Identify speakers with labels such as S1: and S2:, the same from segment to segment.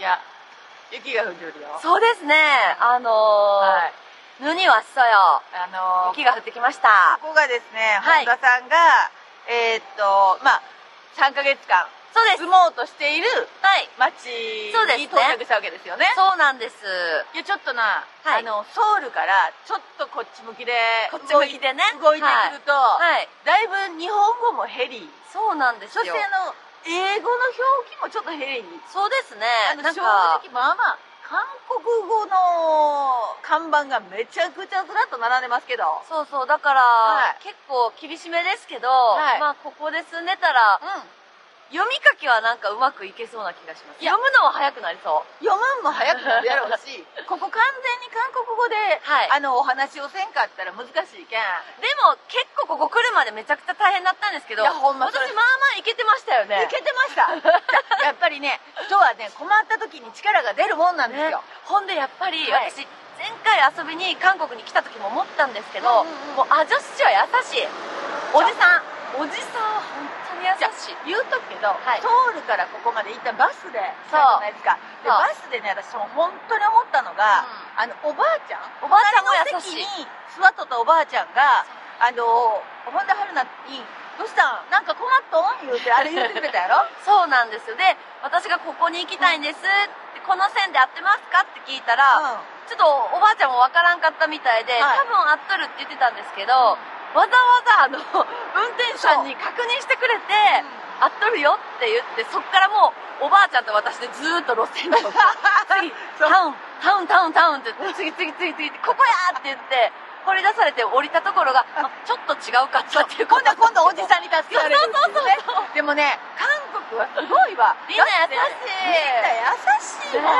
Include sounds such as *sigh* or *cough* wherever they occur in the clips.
S1: や雪が降ってるよ
S2: そうですねあのー
S1: はい
S2: ぬにわっそよ
S1: あのー
S2: 雪が降ってきました
S1: ここがですね
S2: はい
S1: 本田さんが、えーっとまあ3ヶ月間
S2: そうです
S1: 住もうとしている
S2: はい
S1: 町
S2: そうです
S1: に
S2: ね
S1: 到着したわけですよね
S2: そうなんです
S1: いやちょっとな、
S2: は
S1: あ
S2: い
S1: のソウルからちょっとこっち向きで
S2: こっち向きでね
S1: 動い動いて
S2: はい
S1: くると、
S2: はい
S1: だいぶ日本語も減り
S2: そうなんです
S1: そし
S2: よ
S1: てあの英語の表記もちょっと減り
S2: そうですね
S1: あの
S2: なん
S1: 正
S2: か
S1: 直まあまあ韓国語の看板がめちゃくちゃずらっと並んでますけど
S2: そうそうだから、
S1: はい
S2: 結構厳しめですけど、
S1: はい
S2: まあここで住んでたら
S1: うん
S2: 読み書きはなんかうまくいけそうな気がしま
S1: い
S2: す
S1: や
S2: 読むのは早くなりそう
S1: 読むんも早くなるやろうしここ完全に韓国語で、
S2: は
S1: あ
S2: い
S1: のお話をせんかったら難しいけん
S2: でも結構ここ来るまでめちゃくちゃ大変だったんですけ
S1: い
S2: ど
S1: やほんまそ
S2: 私
S1: れ
S2: まあまあいけてましたよね
S1: いけてましたやっぱりね人はね困った時に力が出るもんなんですよ、
S2: ほんでやっぱり
S1: はい
S2: 私、前回遊びに韓国に来た時も思ったんですけ
S1: う
S2: ど、
S1: んうんうん
S2: もうアジョッシュは優しいおじさんおじさんは本当に優しい
S1: 言うとくけど、
S2: はい
S1: ソウルからここまで行ったバスで
S2: そう
S1: じゃないですかで
S2: そう
S1: バスでね私も本当に思ったのが、あのおばあちゃん
S2: おばあちゃんも優し
S1: 隣
S2: い
S1: の席に座っとったおばあちゃんがあの本田春菜に「どうしたんなんか困っとん?」言うてあれ言ってくれたやろ
S2: そうなんですよで私がここに行きたいんですってこの線で合ってますかって聞いた
S1: うん
S2: ら、ちょっとおばあちゃんもわからんかったみたいで、
S1: はい
S2: 多分合っとるって言ってたんですけど、わざわざあの運転手さんに確認してくれて、
S1: *laughs*
S2: 合っとるよって言ってそっからもうおばあちゃんと私でずーっと路線
S1: *laughs*
S2: に乗って次
S1: そう
S2: タウンタウンタウンタウンって言って次次次次ってここやーって言って掘り出されて降りたところ
S1: *laughs*
S2: が、まあちょっと違うかったっていう
S1: 今度は今度おじ
S2: ん
S1: さんに助けられるっていうねでもね韓国はすごいわ
S2: みんな優し
S1: だ
S2: い
S1: ってみんな優しい
S2: ね
S1: わ、
S2: え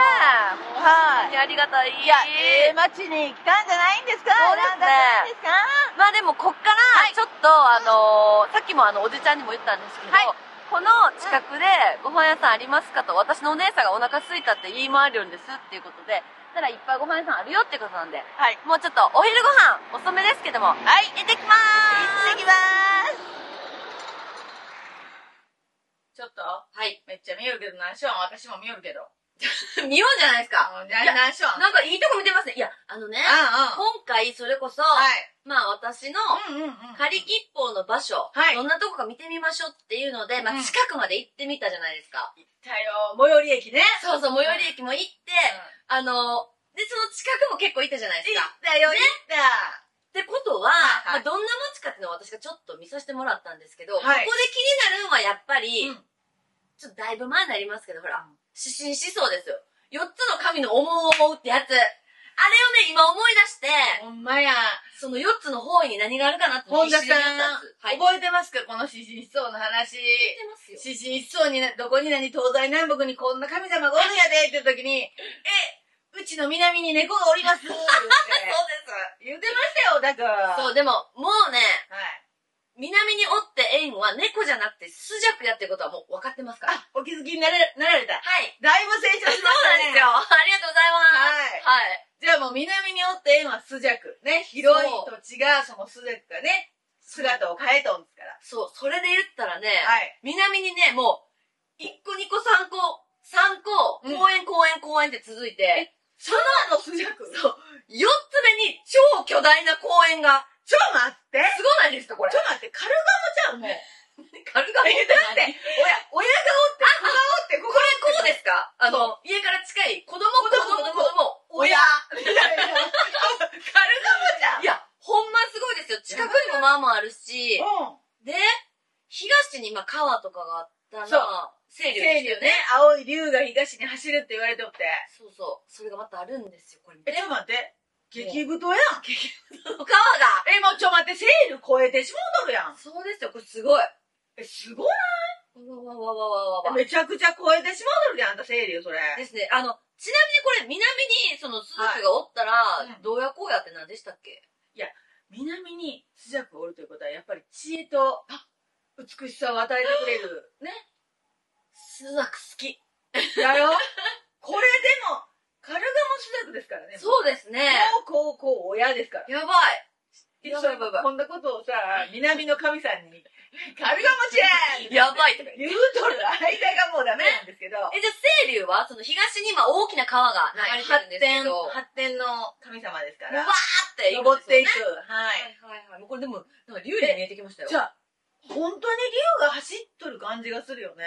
S1: はい
S2: 本当にありがたい
S1: いや、ええ町に来たんじゃないんですか
S2: そうですね
S1: なんじゃないんですか
S2: まあでもこっからちょっと、あのーさっきもあのおじちゃんにも言ったんですけど、
S1: はい
S2: この近くでご飯屋さんありますかと私のお姉さんがお腹空いたって言い回るんですっていうことでたらいっぱいご飯屋さんあるよってことなんで
S1: はい。
S2: もうちょっとお昼ご飯遅めですけども
S1: はい。
S2: 行ってきまーす
S1: 行ってきます。ちょっと、
S2: はい *laughs*
S1: めっちゃ見よるけど、何しよう私も見よるけど。
S2: 見ようじゃないですか
S1: うんじゃあ何しよう
S2: なんかいいとこ見てますねいやあのね
S1: うんうん。
S2: 今回それこそ、
S1: はい。
S2: まあ私の
S1: うんうんうん。
S2: 仮切符の場所、
S1: はい
S2: どんなとこか見てみましょうっていうので、ま
S1: う
S2: あ
S1: ん
S2: 近くまで行ってみたじゃないですか。
S1: たよ、最寄り駅ね。
S2: そうそう、最寄り駅も行って、あの、で、その近くも結構行ったじゃないですか。
S1: だよ、行った。
S2: ってこと
S1: は
S2: は、
S1: いはい
S2: まあ、どんな街かっていうのを私がちょっと見させてもらったんですけど、
S1: はい
S2: ここで気になるのはやっぱり、
S1: うん
S2: ちょっとだいぶ前になりますけど、ほら、
S1: うん
S2: 指針思想ですよ。4つの神の思う思うってやつ。あれをね、今思い出して、
S1: ほんまや。
S2: その4つの方位に何があるかなって
S1: 本田
S2: 必
S1: さ
S2: 死
S1: ん
S2: にやったんです。、はい。覚
S1: 覚えてますかこの指針思想の話。
S2: えてますよ。
S1: 指針一層にね、どこに何、東西南北にこんな神様がおるんやでっていう時に、え、うちの南に猫がおり *laughs* ます言うて言うてましたよ、だから。。
S2: そうう、でも、もうね、
S1: はい。
S2: 南におってエインは猫じゃなくてスジャクやってることはもう分かってますから。
S1: あ、お気づきになれ、なられた。
S2: はい。
S1: だいぶ成長
S2: そう
S1: しましたね。
S2: なんですよ。ありがと
S1: じゃあも
S2: うございます。はい。
S1: う南におって縁はスジャク。ね、広い土地がそのスジャクがね、姿を変えとんですから。
S2: そう、それで言ったらね、
S1: はい。
S2: 南にね、もう、1個2個3個、3個、
S1: うん
S2: 公園公園公園って続いて、
S1: そののスジャク
S2: そう、4つ目に超巨大な公園が、
S1: ちょ待って。
S2: すごないですか、これ
S1: ちょ。待って、カルガモじゃん、もう。
S2: カルガモ
S1: えだっておや、親がおって、子がおって、ここ
S2: これこうですかあの、家から近い子供、子供、子供、子供、
S1: 親みたいな。カルガモじゃん
S2: いや、ほんますごいですよ。近くにもまあまああるし、
S1: うん。
S2: で、東に今川とかがあったら、
S1: そう
S2: 清流
S1: 清流
S2: ですよ
S1: ね
S2: ね。、
S1: 青い竜が東に走るって言われておって。
S2: そうそう。それがまたあるんですよ、これ。
S1: え、ちょっと待って。激太やん。
S2: 川が
S1: え、もうちょっと待って、清流超えてしもうとるやん。
S2: そうですよ、これすごい。わ
S1: え、すごい
S2: わわわわわわわ。
S1: めちゃくちゃ超えてしもうとるやん、あんた清流、それ。
S2: ですね。あの、ちなみにこれ、南に、その、鈴木がおったら、
S1: いうん
S2: どうやこうやって何でしたっけ
S1: 南にスジャクがおるということは、やっぱり知恵と美しさを与えてくれ *laughs* る。ね。
S2: スザク好き。
S1: だよ。これでも、カルガモスジャクですからね。う。
S2: そうですね。
S1: こう、こう、こう、親ですから。
S2: やばい。やばいやばい
S1: こんなことをさ、南の神さんにカルガモちゃん
S2: やばいとか
S1: 言
S2: 言って
S1: うとる間がもうダメなんですけど、
S2: え、じゃあ、清流は、その東に今大きな川
S1: は
S2: が
S1: い
S2: 流れてるん
S1: 発
S2: ですけ
S1: 展、発展
S2: ど、
S1: の神様ですか
S2: うわ
S1: ら、
S2: ーって
S1: 登っていく。は
S2: は
S1: い。
S2: いはいはい。もうこれでも、なんか竜に見えてきましたよ。
S1: じ
S2: ゃ
S1: ゃあ、本当に竜が走っとる感じがするよね。
S2: ね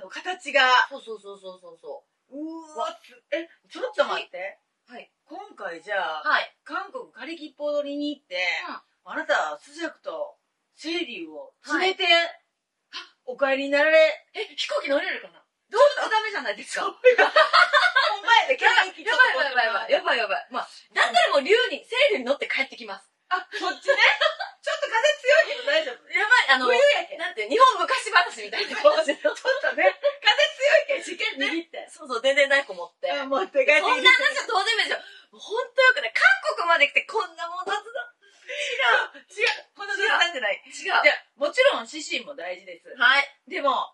S1: あの、形が。
S2: そうそうそうそうそうそう
S1: ーわ、つえ、ちょっと待って。
S2: はい。
S1: 今回じゃ
S2: う。
S1: あ、
S2: はい。
S1: 韓国カリキッポ踊りに行って、あなた、スジャクとセイリューを連れて、お帰りになられ、
S2: え、飛行機乗れるかな
S1: どう
S2: ダ
S1: だ
S2: メじゃないですか。
S1: お前で
S2: やばいやばいや
S1: ばい。
S2: ばいやばいやばいやばい。まあ、だったらもう竜に、清流に乗って帰ってきます。
S1: あ、そっちね。ちょっと風強いけど大丈夫。
S2: やばい、あの、
S1: 冬やけん。
S2: なんて、日本昔話みたいな感じの。
S1: ちょっとね、風強いけん、試験握って。
S2: そうそう、全然ない子持って。
S1: あ持って帰って
S2: そんな話はどうでもいいでしょ。もうほんとよくない。韓国まで来てこんなもん雑だ。
S1: 違う、この雑談じゃない。
S2: 違う
S1: じゃあもちろん、指針も大事です。
S2: はい。
S1: でも、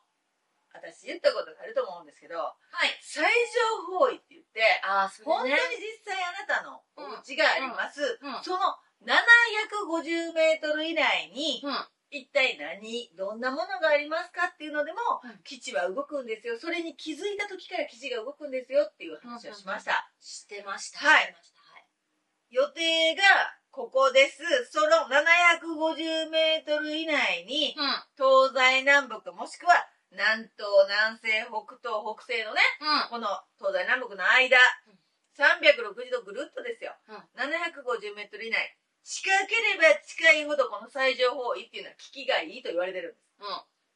S1: 私言ったことがあると思うんですけど、
S2: はい。
S1: 最上方位って言って、
S2: ああ、そ
S1: 本当
S2: れ
S1: に
S2: ね。
S1: 実際あなたのお家があります。
S2: うんうん
S1: その750メートル以内に、
S2: うん。
S1: 一体何、どんなものがありますかっていうのでも
S2: うん、
S1: 基地は動くんですよ。それに気づいた時から基地が動くんですよっていう話をしました。
S2: してました。
S1: はい
S2: してました。はい。
S1: 予定がここです。その750メートル以内に、
S2: うん。
S1: 東西南北もしくは南東南西北東北西のね
S2: う
S1: こ
S2: ん。
S1: の東西南北の間
S2: うん
S1: 360度ぐるっとですよ、
S2: うん
S1: 750メートル以内近ければ近いほどこの最上方位っていうのは効きがいいと言われてるん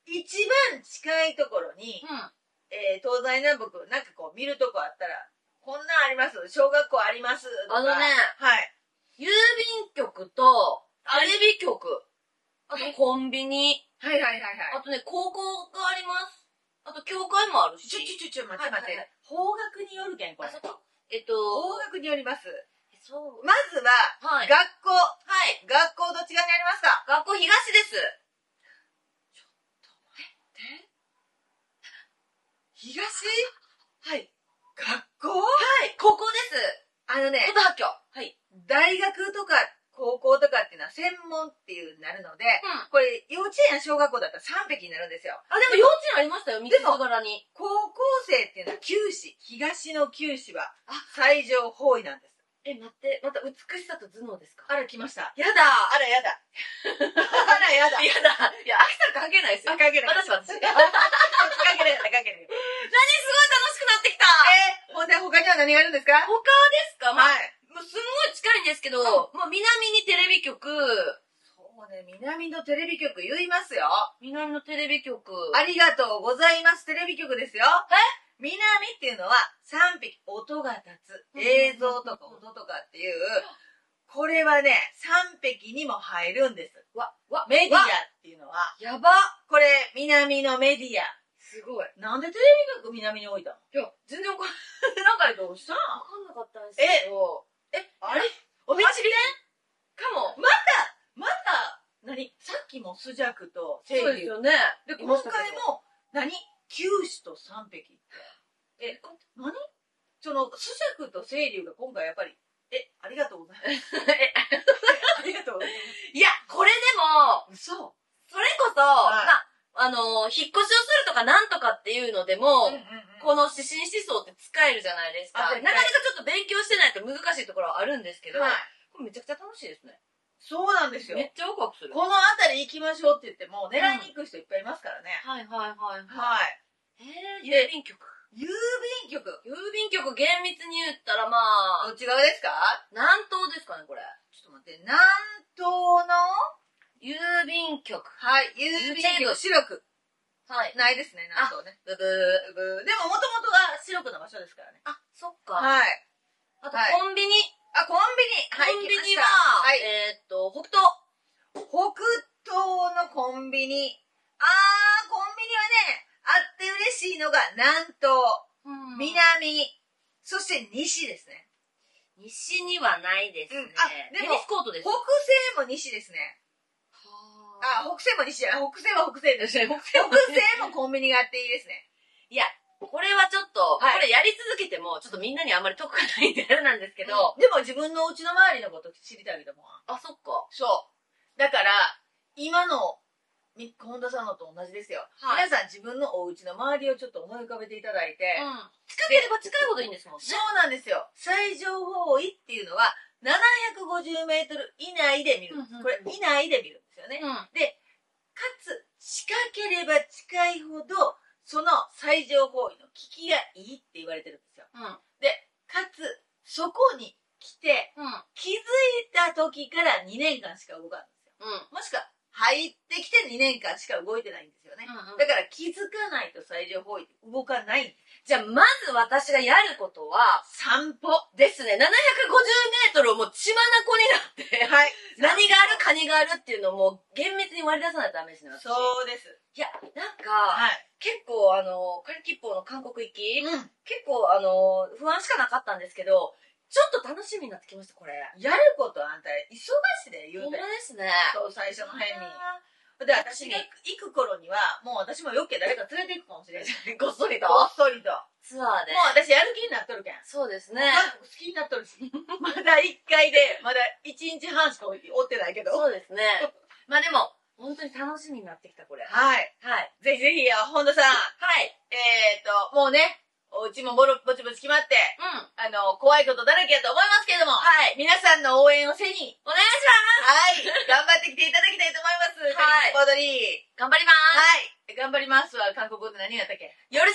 S1: です一
S2: うん。
S1: 番近いところに、えー東西南北なんかこう見るとこあったらこんなんあります小学校ありますとか
S2: あのね、
S1: はい
S2: 郵便局と、テレビ局、あとコンビニ、
S1: はいはいはい
S2: あ
S1: はい
S2: とね、高校があります。あと、教会もあるし。
S1: ちょちょちょちょ待って待って、
S2: はいはいはい
S1: 方角によるけんこれ
S2: あ、そっか。え
S1: 方
S2: っと、
S1: 角によります
S2: そう。
S1: まずは
S2: はい。
S1: 学校、
S2: はい。
S1: 学校どっち側にありますか
S2: 学校東です。
S1: 東
S2: はい。
S1: 学校
S2: はい。高校です。
S1: あのね
S2: 高、等発狂。はい。
S1: 大学とか高校とかっていうのは専門っていうなるので、
S2: うん。
S1: これ幼稚園や小学校だったら3匹になるんですよ。
S2: あ、でも幼稚園ありましたよ、三つ
S1: でも
S2: 柄に。
S1: 高校生っていうのは九市、東の九市は
S2: あ
S1: 最上方位なんです。
S2: え、待って、また美しさと頭脳ですか
S1: あら来ました。
S2: やだ
S1: あら *laughs* やだ。あらやだ。
S2: やだいや、秋さん関係ないですよ。
S1: あ、かける。
S2: 私私。何すごい楽しく
S1: かける。かける。
S2: なってきた
S1: えー、ほんで他には何があるんですか
S2: 他ですかまあ、
S1: い。
S2: もうすんごい近いんですけど、まあ南にテレビ局、
S1: そうね、南のテレビ局言いますよ。
S2: 南のテレビ局。
S1: ありがとうございます。テレビ局ですよ。え南っていうのは3匹音が立つ。映像とか音とかっていう、これはね、3匹にも入るんです。
S2: わ、わ、
S1: メディアっ
S2: わ
S1: ていうのは、
S2: やば
S1: これ南のメディア。
S2: すごい。
S1: なんでテレビ局南に置いたの
S2: いや、全然わかん
S1: *laughs* なんかどうしたん
S2: なかったんですけど。
S1: え、あれ
S2: お
S1: 導
S2: きかも。
S1: また、何さっきもスジャクとセイ
S2: そうです
S1: リュウ
S2: よね。
S1: で、
S2: で
S1: 今回も、何九死と3匹って。え、何その、スジャクとセイリュウが今回やっぱり、え、ありがとうございます。 *laughs* ありがとうござい
S2: いや、これでも、
S1: ます。嘘。
S2: それこそ、
S1: はい
S2: まあ、あのー、引っ越しをするとかなんとかっていうのでも、
S1: こ
S2: こ
S1: の、
S2: の指針思想って使えるじゃないですか。
S1: あ
S2: な
S1: 絶
S2: か
S1: 対
S2: なかちょっと勉強してないと難しいところはあるんですけど、
S1: はい。
S2: これめちゃくちゃ楽しいですね。
S1: そうなんですよ。
S2: めっちゃワクワクする。
S1: この辺り行きましょうって言っても、狙いに行く人いっぱいいますからね。
S2: はいはいはい。
S1: はいい。
S2: えー、
S1: で
S2: 郵便局。
S1: 郵便局、
S2: 郵便局厳密に言ったらまあ、
S1: どっち側ですか
S2: 南東ですかね、これ。
S1: ちょっと待って、南東の、
S2: 郵便局。
S1: はい、郵便局、白く。
S2: はい。
S1: ないですね、南東ね。
S2: ブブー。
S1: ブーでも、もともとは白くの場所ですからね。
S2: あ、そっか。
S1: はい。
S2: あと、
S1: はい
S2: コンビニ。
S1: あ、コン
S2: コン
S1: ビニ。
S2: ビニは、
S1: はい、来
S2: えーっと、北東。
S1: ましたはい。北東のコンビニ。あー、コンビニはね、あって嬉しいのが南東、
S2: 南
S1: 南、そして西ですね。
S2: 西にはないですね。
S1: うんあでも
S2: テニスコートです。
S1: 北西も西ですね。あ、
S2: あ、
S1: 北西も西じゃない。北西は北西です。
S2: 北
S1: *laughs* 北
S2: 西
S1: 西もコンビニがあっていいですね。
S2: いや、これはちょっと、
S1: はい
S2: これやり続けても、ちょっとみんなにあんまり得がないんであれなんですけ
S1: け
S2: ど、
S1: ど、でも自分のお家の周りのこと知りたいけどもん。
S2: あ、そっか。
S1: そう。だから、今のみ本田さんのと同じですよ、
S2: はい
S1: 皆さん自分のお家の周りをちょっと思い浮かべていただいて、
S2: うん。近ければ近いほどいいんですもんね。
S1: そうなんですよ最上方位っていうのは750メートル以内で見る、
S2: うんうん
S1: これ以内で見るんですよね、
S2: うん。
S1: かつ近ければ近いほどその最上方位の効きがいいって言われてるんですよ
S2: うん。
S1: でかつそこに来て
S2: うん。
S1: 気づいた時から2年間しか動かないんですよ
S2: うん。
S1: もしくは入ってきて2年間しか動いてないんですよね、
S2: うんうん
S1: だから気づかないと最上方位って動かないんです
S2: じゃあ、まず私がやることは、
S1: 散歩
S2: ですね、750メートルをもう血眼になって、
S1: はい
S2: 何がある、カニがあるっていうのをもう厳密に割り出さないとダメですね、私
S1: そうです
S2: いや、なんか、
S1: はい、
S2: 結構あの、カリキッポーの韓国行
S1: う
S2: き、
S1: ん、
S2: 結構あの、不安しかなかったんですけど、ちょっと楽しみになってきました、これ。
S1: やることあんた忙しいで言う
S2: ほ
S1: んて
S2: まですね。
S1: そう最初の辺に
S2: あ
S1: で私が行く頃にはもう私もよっけ誰か連れて行くかもしれない
S2: ーごっそり
S1: *laughs*
S2: と
S1: こっそりとも
S2: ツアー
S1: う。
S2: で
S1: 私やる気になっとるけん
S2: そうですね。
S1: 韓国好きになっとるしまだ1回でまだ1日半しかおってないけど
S2: そうですね。まあでも、本当に楽しみになってきた、これ。
S1: はい
S2: はい。
S1: ぜひぜひあ本田さん
S2: はい。
S1: えーともうねお家もぼろぼちぼち決まって
S2: うん。は
S1: あの怖いことだらけやと思いますけれども
S2: い。
S1: 皆さんの応援を背に
S2: お願いし
S1: はい頑張ってきていただきたいと思います
S2: はい
S1: カリスポードリー
S2: ます頑張ります
S1: はい頑張りますは韓国語で何やったっけ
S2: 夜